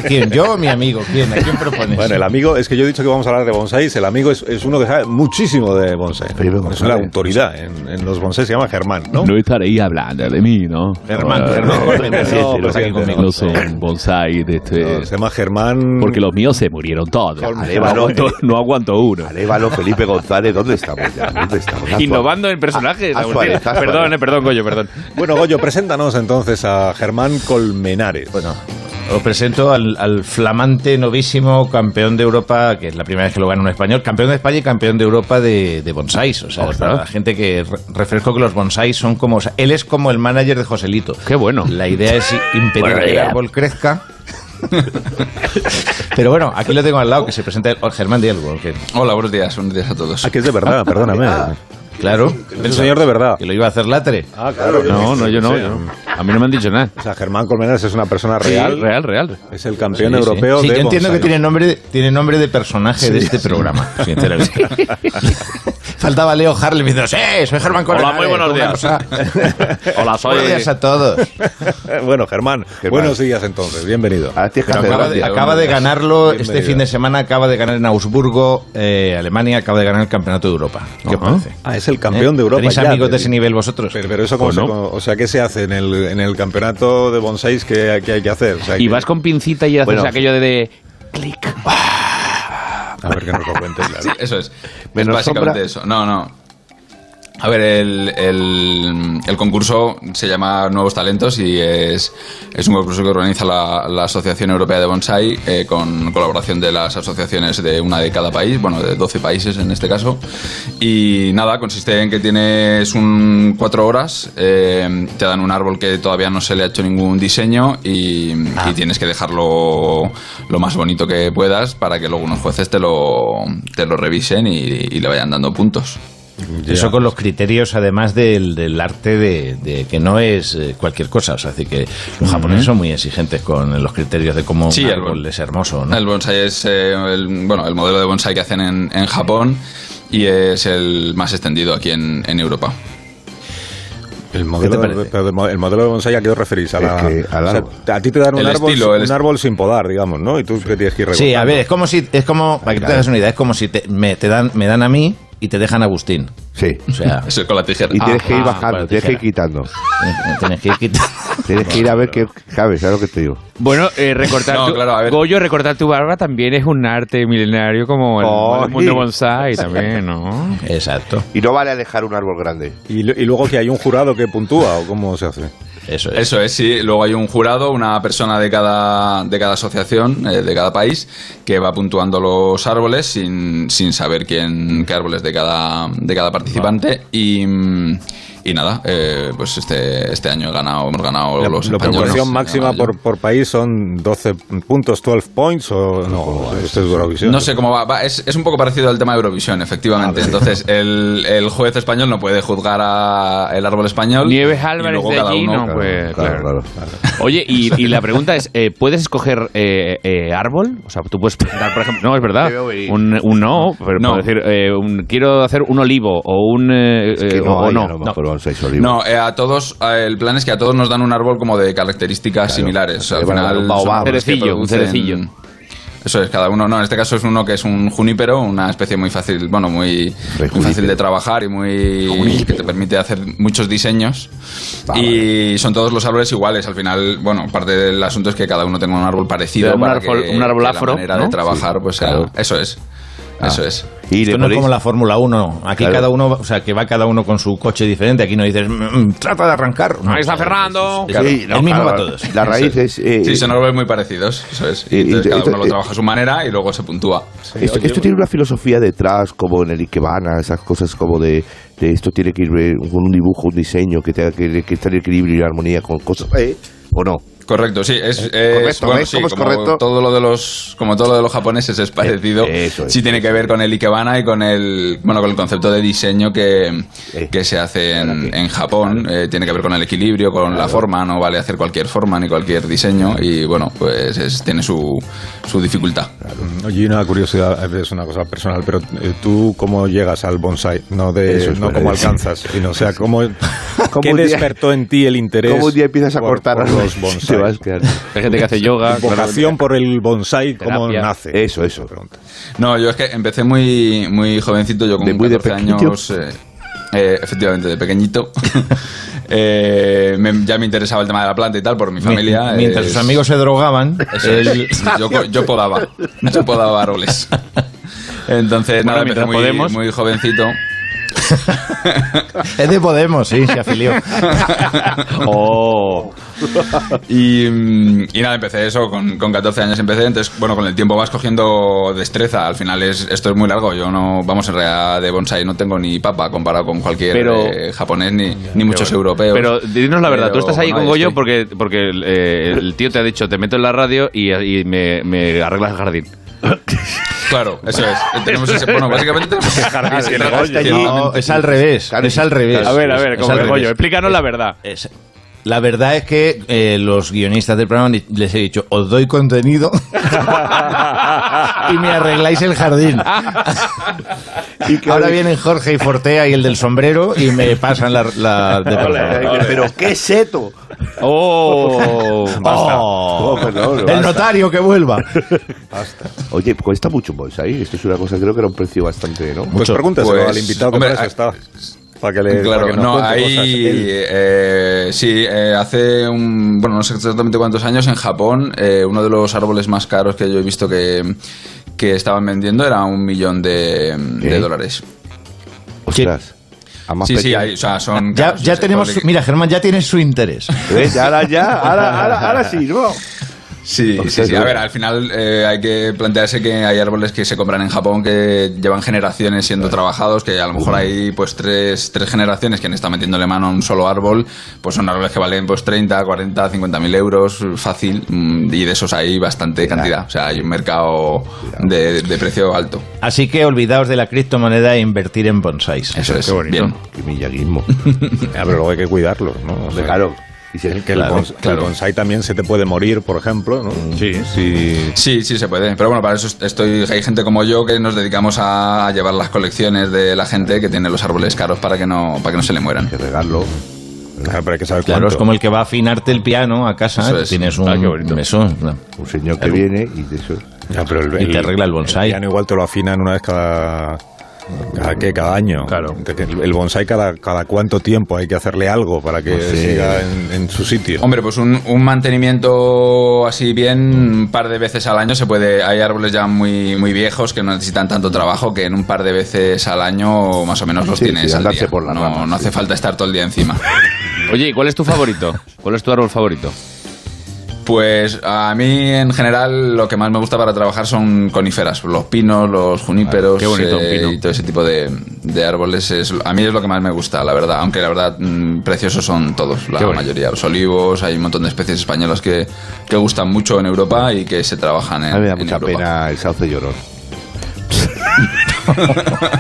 B: ¿Quién? ¿Yo o mi amigo? ¿Quién? ¿A quién propones?
A: Bueno, el amigo, es que yo he dicho que vamos a hablar de bonsáis, el amigo es, es uno que sabe muchísimo de bonsai. Es una autoridad en, en los bonsáis, se llama Germán, ¿no?
P: estaréis hablando de mí, ¿no?
A: Germán,
P: Ah,
A: Germán,
P: no,
A: Germán,
P: no,
A: lo siento,
P: porque
A: lo
P: no son bonsai de este.
A: se llama Germán.
P: Porque los míos se murieron todos. No
D: Alévalo,
P: aguanto, no aguanto uno.
D: Alévalo, Felipe
A: Ah,
D: González, ¿dónde
A: Pues,
D: estamos ya? ¿Dónde estamos? Haz
C: Innovando en personajes.
D: Ah, haz
C: Agustín.
D: suave, haz
C: Perdón,
D: suave.
C: eh, perdón, Goyo, perdón.
A: Bueno, Goyo, preséntanos entonces a Germán Colmenares.
B: Bueno, Os presento al, al flamante, novísimo campeón de Europa, que es la primera vez que lo gana un español, campeón de España y campeón de Europa de, de bonsáis. O sea, para la gente que re- refresco que los bonsáis son como. o sea, él es como el manager de Joselito. Qué bueno. La idea es i- impedir
P: Buena
B: que el
P: idea.
B: árbol crezca. Pero bueno, aquí lo tengo al lado, que se presenta el, oh, Germán Díaz. Hola, buenos días, buenos días a todos.
A: Aquí Ah, es de verdad, perdóname.
B: claro,
A: el señor de verdad.
B: Que lo iba a hacer Latre.
A: Ah, claro.
C: No, no, yo no, yo no. A mí no me han dicho nada.
A: O sea, Germán Colmenares es una persona
C: Sí,
A: real.
C: real, real.
A: Es el campeón
B: Sí, sí.
A: europeo
B: Sí,
A: de
B: yo entiendo
A: bonsái.
B: que tiene nombre, tiene nombre de personaje de este programa, sinceramente. Faltaba Leo Harlem diciendo, ¡Eh, soy Germán
A: Hola,
B: Colmenares!
A: muy buenos
B: Una
A: días.
B: cosa-
A: Hola, soy-
B: Buenos días a todos.
A: bueno, Germán, buenos días entonces, bienvenido.
B: Pero acaba, de, acaba de ganarlo este
A: Bienvenido.
B: fin de semana, acaba de ganar en Augsburgo, eh, Alemania, acaba de ganar el Campeonato de Europa. ¿Qué os parece?
A: Ah, es el campeón
B: ¿Eh?
A: de Europa.
B: ¿Tenéis
A: ya,
B: amigos
A: te
B: de
A: digo.
B: ese nivel vosotros?
A: Pero, pero eso, ¿cómo
B: Pues
A: se-
B: no.
A: cómo- o sea, ¿qué se hace en el, en el campeonato de bonsáis que, que hay que hacer? O sea,
C: Y
A: que-
C: vas con pincita y haces
O: Pues
A: Bueno.
C: aquello de. de-
A: A ver que nos lo cuente.
Q: Sí, eso es.
A: Menos
Q: es básicamente
A: sombra.
Q: eso. No, no. A ver, el, el- el concurso se llama Nuevos Talentos y es, es un concurso que organiza la, la Asociación Europea de Bonsai eh, con colaboración de las asociaciones de una de cada país, bueno, de 12 países en este caso. Y nada, consiste en que tienes un cuatro horas, eh, te dan un árbol que todavía no se le ha hecho ningún diseño y, y tienes que dejarlo lo más bonito que puedas para que luego unos jueces te lo, te lo revisen y, y le vayan dando puntos.
B: Eso con los criterios, además del, del arte, de, de que no es eh, cualquier cosa. O sea, así que los japoneses son muy exigentes con los criterios de cómo
Q: Sí,
B: un
Q: el
B: árbol
Q: bon-
B: es hermoso.
Q: El bonsai es eh, el, bueno, el modelo de bonsai que hacen en, en Japón y es el más extendido aquí en, en Europa.
A: El modelo,
Q: ¿Qué te parece?
A: pero del mo- el modelo de bonsai, ¿a qué os referís? A, la- o sea, a ti te dan un,
B: El
A: árbol,
B: estilo, el
A: un
B: est-
A: árbol sin podar, digamos, ¿no? Y tú que tienes que ir
B: Sí, a
A: recortando.
B: ver, es como si, es como, para que te hagas una idea, es como si te, me, te dan, me dan a mí y te dejan a Agustín.
D: Sí.
B: O sea,
Q: Eso con la tijera. Ah,
D: Y tienes que ir bajando, tienes que ir quitando.
B: Eh, Tienes que ir quitando.
D: Tienes que ir a ver qué cabe, ¿sabes lo que te digo?
C: Bueno, eh, recortar
D: No,
C: tu,
D: claro, a ver.
C: Goyo, recortar tu barba también es un arte milenario como el,
D: Oh,
C: el mundo
D: sí.
C: bonsai también, ¿no?
B: Exacto.
D: Y no vale alejar un árbol grande.
A: Y, lo- y luego que hay un jurado que puntúa, ¿o cómo se hace?
Q: Eso es. sí. Luego hay un jurado, una persona de cada, de cada asociación, eh, de cada país, que va puntuando los árboles sin, sin saber quién, qué árboles de cada, de cada participante. Y, mm, y nada, eh, pues este, este año he ganado, hemos ganado
A: La,
Q: los
A: Pues la
Q: españoles.
A: proporción máxima por, por país son 12 puntos, 12 points o no, esto es Eurovisión.
Q: No sé cómo va. va, es, es un poco parecido al tema de Eurovisión, efectivamente. Entonces, el, el juez español no puede juzgar a el árbol español.
C: Nieves
Q: y
C: Álvarez
Q: luego
C: de
Q: cada
C: allí
Q: uno-
C: no puede- claro.
A: claro.
C: Oye, y, y la pregunta es, eh, ¿puedes escoger eh, eh, árbol? O sea, tú puedes presentar, por ejemplo, no, es verdad,
Q: Te veo venir.
C: un, un no, pero
Q: No.
C: puedo decir, eh, un- quiero hacer un olivo o un... eh, eh,
Q: no
C: o
Q: hay,
C: no.
Q: a lo mejor
C: No.
Q: No, eh, a todos, eh, el plan es que a todos nos dan un árbol como de características similares. O sea, al
C: van a
Q: final,
C: dar un baobab,
Q: son árboles que
C: cerecillo, un cerecillo.
Q: Eso es, cada uno. No, en este caso es uno que es un junípero, una especie muy fácil, bueno, muy, muy fácil de trabajar y muy. que te permite hacer muchos diseños. Y son todos los árboles iguales. Al final, bueno, parte del asunto es que cada uno tenga un árbol parecido.
C: Pero un
Q: para
C: árbol-
Q: que-
C: un árbol
Q: que
C: afro,
Q: La manera
C: ¿no?
Q: de trabajar, pues
B: claro.
Q: sea- Eso es.
C: Ah.
Q: Eso es.
B: Esto no es como la Fórmula 1. Aquí
Q: Claro.
B: cada uno, o sea, que va cada uno con su coche diferente. Aquí no dices, "Mm, mm, trata de arrancar. No,
I: Ahí está Fernando.
B: Claro, el mismo para todos.
Q: Eso
B: raíces, eh,
Q: sí, son árboles muy parecidos. Eso es. Y
D: y-
Q: entonces cada
D: esto-
Q: uno lo
D: eh,
Q: trabaja a su manera y luego se puntúa.
D: esto, esto tiene una filosofía detrás, como en el Ikebana, esas cosas como de, de esto tiene que ir eh, con un dibujo, un diseño, que tenga que, que estar en equilibrio y armonía con cosas, ¿eh? ¿O no?
Q: Correcto, sí, es, es-
D: correcto,
Q: bueno,
D: ¿ves
Q: sí,
D: cómo es
Q: como
D: correcto? Eh,
Q: todo lo de los como todo lo de los japoneses es parecido. sí tiene que ver con el ikebana y con el bueno con el concepto de diseño que,
D: Eh,
Q: que se hace en, en Japón, Eh, tiene que ver con el equilibrio, con la forma, no vale hacer cualquier forma ni cualquier diseño y bueno, pues es- tiene su, su dificultad.
A: Mm, Oye, una curiosidad, es una cosa personal, pero eh, tú cómo llegas al bonsai, no de
D: Eso es
A: no cómo
D: verdad.
A: alcanzas, sino o sea, cómo,
D: ¿Cómo
A: qué
D: un día-
A: despertó en ti el interés.
D: ¿Cómo un día empiezas a
A: por-
D: cortar
A: por
D: árboles?
A: los bonsai?
D: Te vas quedando.
C: Hay gente que hace yoga,
A: Tu Vocación por el bonsai, cómo
Q: Terapia.
A: nace.
D: Eso, eso.
Q: No, yo es que empecé muy, muy jovencito, yo con
D: De muy de
Q: 14
D: pequeñito.
Q: años. eh, eh, efectivamente, de pequeñito. Eh, me- ya me interesaba el tema de la planta y tal por mi
B: Mi-
Q: familia.
B: Mientras
Q: eh,
B: sus amigos se drogaban,
Q: eso
B: él-
Q: es, yo, co- yo podaba. Yo podaba árboles. Entonces,
B: Bueno,
Q: nada, empecé
B: mientras
Q: muy,
B: podemos.
Q: muy jovencito.
B: es de Podemos, sí, se afilió.
C: Oh.
Q: y, mm, y nada, empecé eso, con, con 14 años empecé, entonces, bueno, con el tiempo vas cogiendo destreza, al final es, esto es muy largo, yo no, vamos, en realidad de bonsai no tengo ni papa comparado con cualquier
C: Pero-
Q: eh, japonés ni, ni muchos
C: bueno.
Q: europeos.
C: Pero dinos la verdad, tú estás ahí con Goyo
Q: Goyo
C: porque, porque eh, el tío te ha dicho, te meto en la radio y, y me, me arreglas el jardín.
Q: Claro, eso es. Tenemos ese, bueno, básicamente tenemos ese jardín.
C: Hasta
Q: que
C: allí.
B: No, es al revés. es al revés.
C: A ver, a ver,
B: Es
C: como
B: al
C: que
B: revés.
C: Goyo, explícanos la verdad.
B: La verdad es que eh, los guionistas del programa li- les he dicho, os doy contenido y me arregláis el jardín. Ahora vienen Jorge y Fortea y el del sombrero y me pasan la... la de
D: Pero qué seto.
C: ¡Oh!
D: Basta.
B: Oh,
D: No, no, no,
B: el
D: basta.
B: notario que vuelva.
D: Oye, cuesta mucho un bonsai. Esto es una cosa, creo que era un precio bastante, ¿no?
A: Pues pregúntaselo al invitado que
Q: hombre,
A: para eso
Q: a-
A: está. Para que le para
Q: claro,
A: que nos
Q: no,
A: cuente cosas.
Q: ahí
A: Él-
Q: eh, sí, eh, hace un, bueno, no sé exactamente cuántos años en Japón, eh, uno de los árboles más caros que yo he visto que, que estaban vendiendo era un millón de, de dólares.
D: Ostras. A más
Q: sí, sí,
D: pequeño.
Q: hay, o sea, son
B: Ya,
Q: caros,
B: ya
Q: es
B: tenemos...
Q: probable
B: su- mira, Germán, ya tienes su interés.
D: ¿Ves? Ahora ya, ahora, ahora, ahora sí, ¿no?
Q: Sí,
D: O sea,
Q: sí, sí. A
D: yo-
Q: ver, al final eh, hay que plantearse que hay árboles que se compran en Japón que llevan generaciones siendo trabajados, que a lo mejor hay pues tres, tres generaciones que han estado metiéndole mano a un solo árbol, pues son árboles que valen pues 30, 40, 50 mil euros, fácil, mm, y de esos hay bastante cantidad. O sea, hay un mercado de, de precio alto.
B: Así que olvidaos de la criptomoneda e invertir en bonsais.
Q: Eso es, Qué bonito. bien.
D: Qué millaguismo.
A: Ah, pero luego hay que cuidarlo, ¿no? O sea,
D: Claro. Y si-
A: que el
Q: Claro,
A: bons-
Q: claro.
A: el bonsai también se te puede morir, por ejemplo, ¿no?
Q: Sí.
A: Sí.
Q: Sí, sí se puede. Pero bueno, para eso estoy. Hay gente como yo que nos dedicamos a llevar las colecciones de la gente que tiene los árboles caros para que no, para que no se le mueran.
D: Que regarlo.
A: Claro, pero hay que saber
B: Claro,
A: cuánto.
B: es como el que va a afinarte el piano a casa,
Q: Eso
B: que
Q: es.
B: tienes un mesón. ¿no?
D: Un señor que viene y de eso.
A: Ya, pero el-
B: Y te arregla el bonsai.
A: piano igual te lo afinan una vez cada. ¿Cada qué? ¿Cada año? Claro. El, el bonsai, cada, ¿cada cuánto tiempo hay que hacerle algo para que
Q: Pues sí.
A: siga en, en su sitio?
Q: Hombre, pues un, un mantenimiento así bien, un par de veces al año se puede. Hay árboles ya muy, muy viejos que no necesitan tanto trabajo que en un par de veces al año más o menos los
D: Sí,
Q: tienes
D: sí,
Q: al
D: andarse
Q: día.
D: por las
Q: no,
D: ramas,
Q: no hace falta estar todo el día encima.
C: Oye, ¿y ¿cuál es tu favorito? ¿Cuál es tu árbol favorito?
Q: Pues a mí en general lo que más me gusta para trabajar son coníferas, los pinos, los juníperos
C: Qué bonito, un
Q: eh,
C: pino.
Q: y todo ese tipo de, de árboles. Es, a mí es lo que más me gusta, la verdad, aunque la verdad mm, preciosos son todos, la
C: Qué bonito.
Q: mayoría. Los olivos, hay un montón de especies españolas que, que gustan mucho en Europa y que se trabajan en,
A: A mí me da
Q: en
A: mucha
Q: Europa.
A: pena el sauce llorón.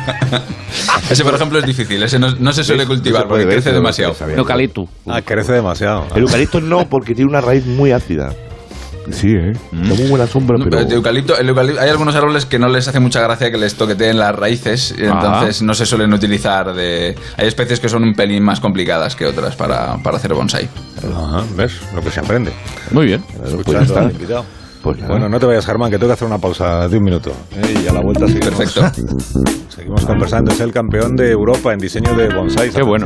Q: Ese, por ejemplo, es difícil, ese no, no se suele
A: ¿Ves?
Q: cultivar
A: No se puede
Q: porque
A: ver,
Q: crece
A: pero
Q: demasiado.
A: está bien. Ah, crece demasiado.
D: El eucalipto no, porque tiene una raíz muy ácida.
E: Sí, ¿eh?
A: Mm.
E: Da muy buena sombra,
Q: No,
E: pero...
Q: pero de eucalipto, el eucalipto- hay algunos árboles que no les hace mucha gracia que les toqueteen las raíces, y
E: Ajá.
Q: entonces no se suelen utilizar. De, hay especies que son un pelín más complicadas que otras para, para hacer bonsai.
A: Ajá, ¿Ves? Lo que se aprende.
P: Muy bien.
A: Pues ya
Q: Escuchando
D: Ah.
A: está.
Q: al invitado.
A: Pues bueno, no te vayas, Germán, que tengo que hacer una pausa de un minuto. ¿eh? Y a la vuelta seguimos.
Q: Perfecto.
A: Seguimos conversando. Es el campeón de Europa en diseño de bonsais. Qué bueno.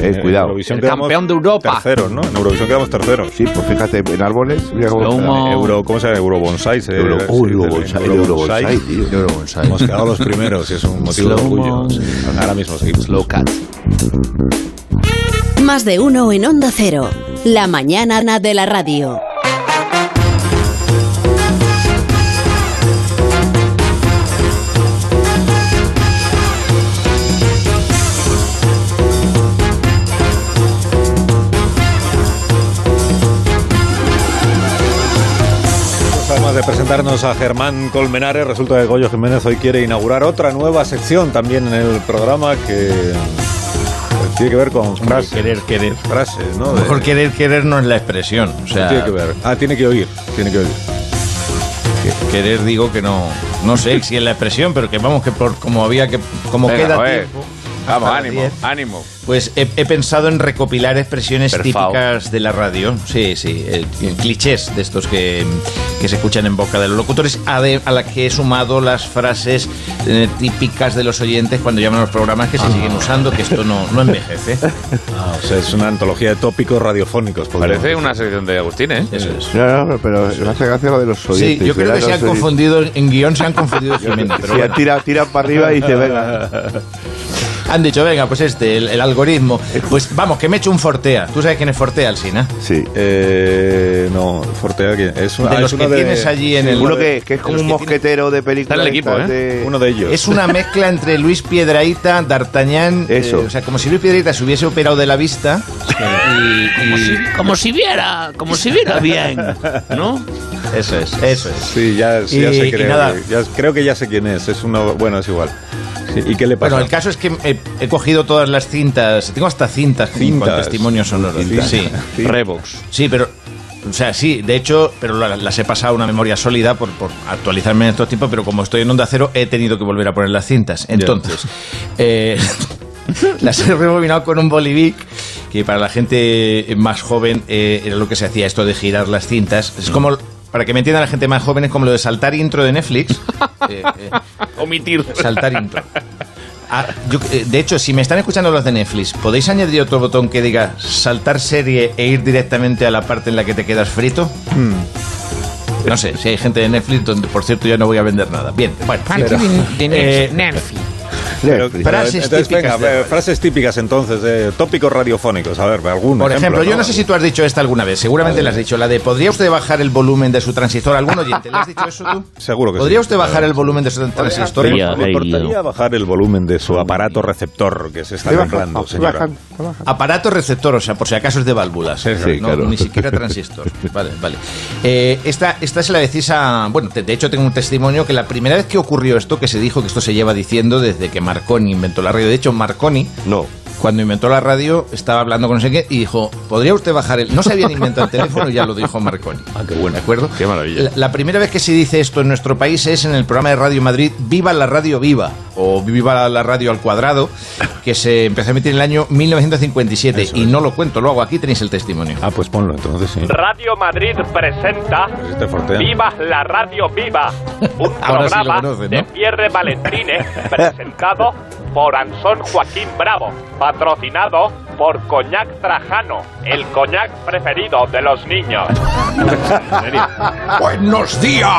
R: Eh, cuidado. El
A: campeón de Europa. Terceros, ¿no? En Eurovisión quedamos terceros.
R: Sí, pues fíjate, en árboles. mira cómo está.
A: Euro, eh, ¿Cómo se llama? Eurobonsai. se-
R: Euro-
A: se
R: oh,
A: dice,
R: Eurobonsai,
A: Eurobonsai.
R: Eurobonsai, tío. Eurobonsai.
A: Hemos quedado los primeros y es un motivo de
R: Slow
A: orgullo. sí. Ahora mismo seguimos. Slow cut.
S: Más de uno en Onda Cero. La mañana de la radio.
A: Además de presentarnos a Germán Colmenares, resulta que Goyo Jiménez hoy quiere inaugurar otra nueva sección también en el programa que tiene que ver con frases.
B: Querer, querer.
A: Frases, ¿no? De-
B: Mejor querer, querer no es la expresión. O sea,
A: tiene que ver. Ah, tiene que oír. Tiene que oír.
B: que- Querer digo que no. No sé si es la expresión, pero que vamos, que por como había que. Como
N: Venga,
B: queda
N: joder.
B: tiempo.
N: Vamos,
B: hasta las
N: ánimo,
B: 10,
N: ánimo.
B: Pues he, he pensado en recopilar expresiones
N: Per favor.
B: típicas de la radio. Sí, sí. eh, clichés de estos que, que se escuchan en boca de los locutores, a, de- a la que he sumado las frases eh, típicas de los oyentes cuando llaman a los programas que se
N: Ah.
B: siguen usando, que esto no, no envejece.
A: Ah, o sea, es una antología de tópicos radiofónicos. podríamos
N: Parece una sección de Agustín, ¿eh? este
B: Eso es.
R: No,
D: Ah,
R: no, pero me hace gracia lo de los
B: Sí,
R: oyentes.
B: yo creo
R: ¿verdad?
B: que se
R: Los
B: han
R: oyentes.
B: confundido, en guión se han confundido Jimena, pero
R: Sí,
B: bueno.
R: tira, tira para arriba y te venga.
B: Han dicho, venga, pues este, el, el algoritmo. Pues vamos, que me echo un Fortea. ¿Tú sabes quién es Fortea, Alsina?
A: Sí. Eh, no, Fortea, ¿quién? Es,
R: Ah,
B: De los que tienes allí en el-
R: Uno que, que es como
B: de
R: un
B: los que
R: mosquetero de película.
B: Está en el equipo, ¿eh?
R: estas de-
A: Uno de ellos.
B: Es una mezcla entre Luis Piedraíta, D'Artagnan. eh,
R: Eso.
B: o sea, como si Luis Piedraíta se hubiese operado de la vista.
I: Como si, como si viera, como si viera bien, ¿no?
B: Eso es, eso es.
A: Sí, ya, sí, ya
B: Y-
A: sé
B: y
A: creo.
B: nada.
A: que- ya- creo que ya sé quién es. Es uno, bueno, es igual. Sí, ¿Y qué le pasa?
B: Bueno, el caso es que he, he cogido todas las cintas. Tengo hasta cintas, cintas. con
A: Cintas.
B: testimonios sonoros.
A: Cintas.
B: Sí.
A: Sí.
B: Revox. Sí, pero. O sea, sí, de hecho, pero la- las he pasado a una memoria sólida por, por actualizarme en estos tiempos, pero como estoy en onda cero, he tenido que volver a poner las cintas. Entonces, eh, las he rebobinado con un bolivic, que para la gente más joven eh, era lo que se hacía esto de girar las cintas. Es como, para que me entienda la gente más joven, es como lo de saltar intro de Netflix. Eh, eh,
I: Omitir.
B: Saltar intro. Ah, yo, eh, de hecho, si me están escuchando los de Netflix, ¿podéis añadir otro botón que diga saltar serie e ir directamente a la parte en la que te quedas frito?
A: Hmm.
B: No sé, si hay gente de Netflix, donde por cierto yo no voy a vender nada. Bien, bueno. Eh,
A: Parte de- de
B: Netflix.
A: Pero- pero-
B: frases
A: entonces,
B: típicas
A: venga,
B: de-
A: eh, frases típicas entonces, eh, tópicos radiofónicos. A ver, algunos.
B: Por ejemplo, yo no sé si tú has dicho esta alguna vez, seguramente la has dicho, la de ¿podría usted bajar el volumen de su transistor? ¿Algún oyente le has dicho eso tú?
A: Seguro que sí.
B: ¿Podría usted bajar el volumen de su transistor?
A: ¿Le importaría bajar el volumen de su aparato receptor que se está comprando, señora?
B: Aparato receptor, o sea, por si acaso es de válvulas.
A: Sí,
B: no,
A: claro.
B: Ni siquiera transistor. Vale, vale. Eh, esta, esta se la decís a. Bueno, de, de hecho tengo un testimonio que la primera vez que ocurrió esto, que se dijo que esto se lleva diciendo desde que Marconi inventó la radio. De hecho, Marconi.
D: No.
B: Cuando inventó la radio, estaba hablando con no sé qué y dijo: ¿Podría usted bajar el.? No se habían inventado el teléfono, y ya lo dijo Marconi. Ah, qué bueno. ¿De acuerdo? Qué maravilla. La, la primera vez que se dice esto en nuestro país es en el programa de Radio Madrid, Viva la Radio Viva, o Viva la Radio al Cuadrado, que se empezó a emitir en el año 1957. y no lo cuento, lo hago aquí, tenéis el testimonio.
A: Ah, pues ponlo entonces, sí.
T: Radio Madrid presenta
A: Este Fortea.
T: Viva la Radio Viva, un
A: Ahora sí lo
T: programa
A: conocen,
T: de
A: ¿no?
T: Pierre eh, Valentine presentado por Anson Joaquín Bravo, patrocinado por Coñac Trajano, el coñac preferido de los niños.
U: Buenos días.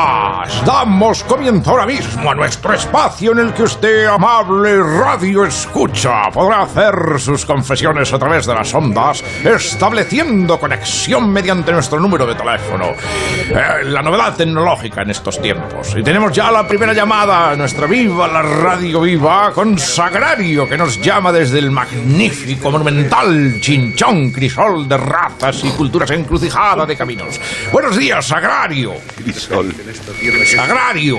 U: Damos comienzo ahora mismo a nuestro espacio en el que usted, amable radio escucha, podrá hacer sus confesiones a través de las ondas, estableciendo conexión mediante nuestro número de teléfono. Eh, la novedad tecnológica en estos tiempos. Y tenemos ya la primera llamada, nuestra viva, la radio viva, con Sagrario, que nos llama desde el magnífico, monumental Chinchón, crisol de razas y culturas encrucijada de caminos. Buenos días, Sagrario. Crisol. Sagrario.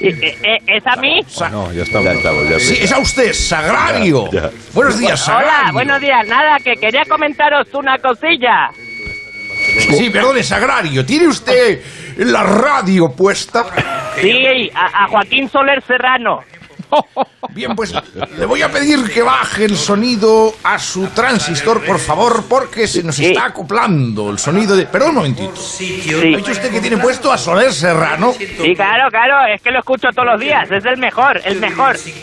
V: eh, ¿Es a mí?
A: No, ya estamos.
U: Sí, es a usted, Sagrario.
A: Ya, ya.
U: Buenos días,
V: Hola,
U: Sagrario.
V: buenos días. Nada, que quería comentaros una cosilla.
U: Sí, perdone, Sagrario. ¿Tiene usted la radio puesta?
V: Sí, a, a Joaquín Soler Serrano.
U: Bien, pues le voy a pedir que baje el sonido a su transistor, por favor, porque se nos está acoplando el sonido de... Perdón un momentito. ¿Ha dicho usted que tiene puesto a Soler Serrano?
V: Sí, claro, claro, es que lo escucho todos los días. Es el mejor, el mejor. Sí,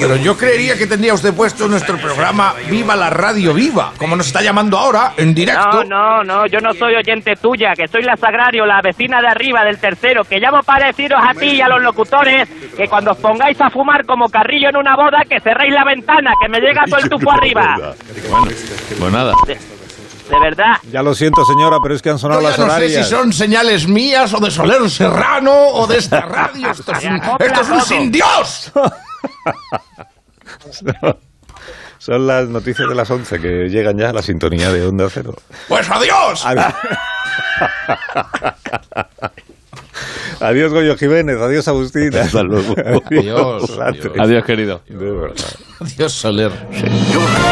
U: Pero yo creería que tendría usted puesto nuestro programa Viva la Radio Viva, como nos está llamando ahora, en
V: No,
U: directo.
V: no, no, yo no soy oyente tuya, que soy la Sagrario, la vecina de arriba del tercero, que llamo para deciros a ti y a los locutores que cuando os pongáis a fumar como carrillo en una boda, que cerréis la ventana, que me llega todo el tufo arriba.
A: Pues nada.
V: De verdad.
A: Ya lo siento, señora, pero es que han sonado
U: Yo ya
A: las
U: no sé
A: horarias.
U: si son señales mías o de Soler Serrano o de esta radio. Esto es un, esto es un sin Dios.
A: Son las noticias de las 11 que llegan ya a la sintonía de Onda Cero.
U: Pues adiós.
A: Adiós. Adiós, Goyo Jiménez. Adiós, Agustín. Hasta luego.
B: Adiós, adiós.
A: Adiós, querido. De verdad.
B: Dios Soler.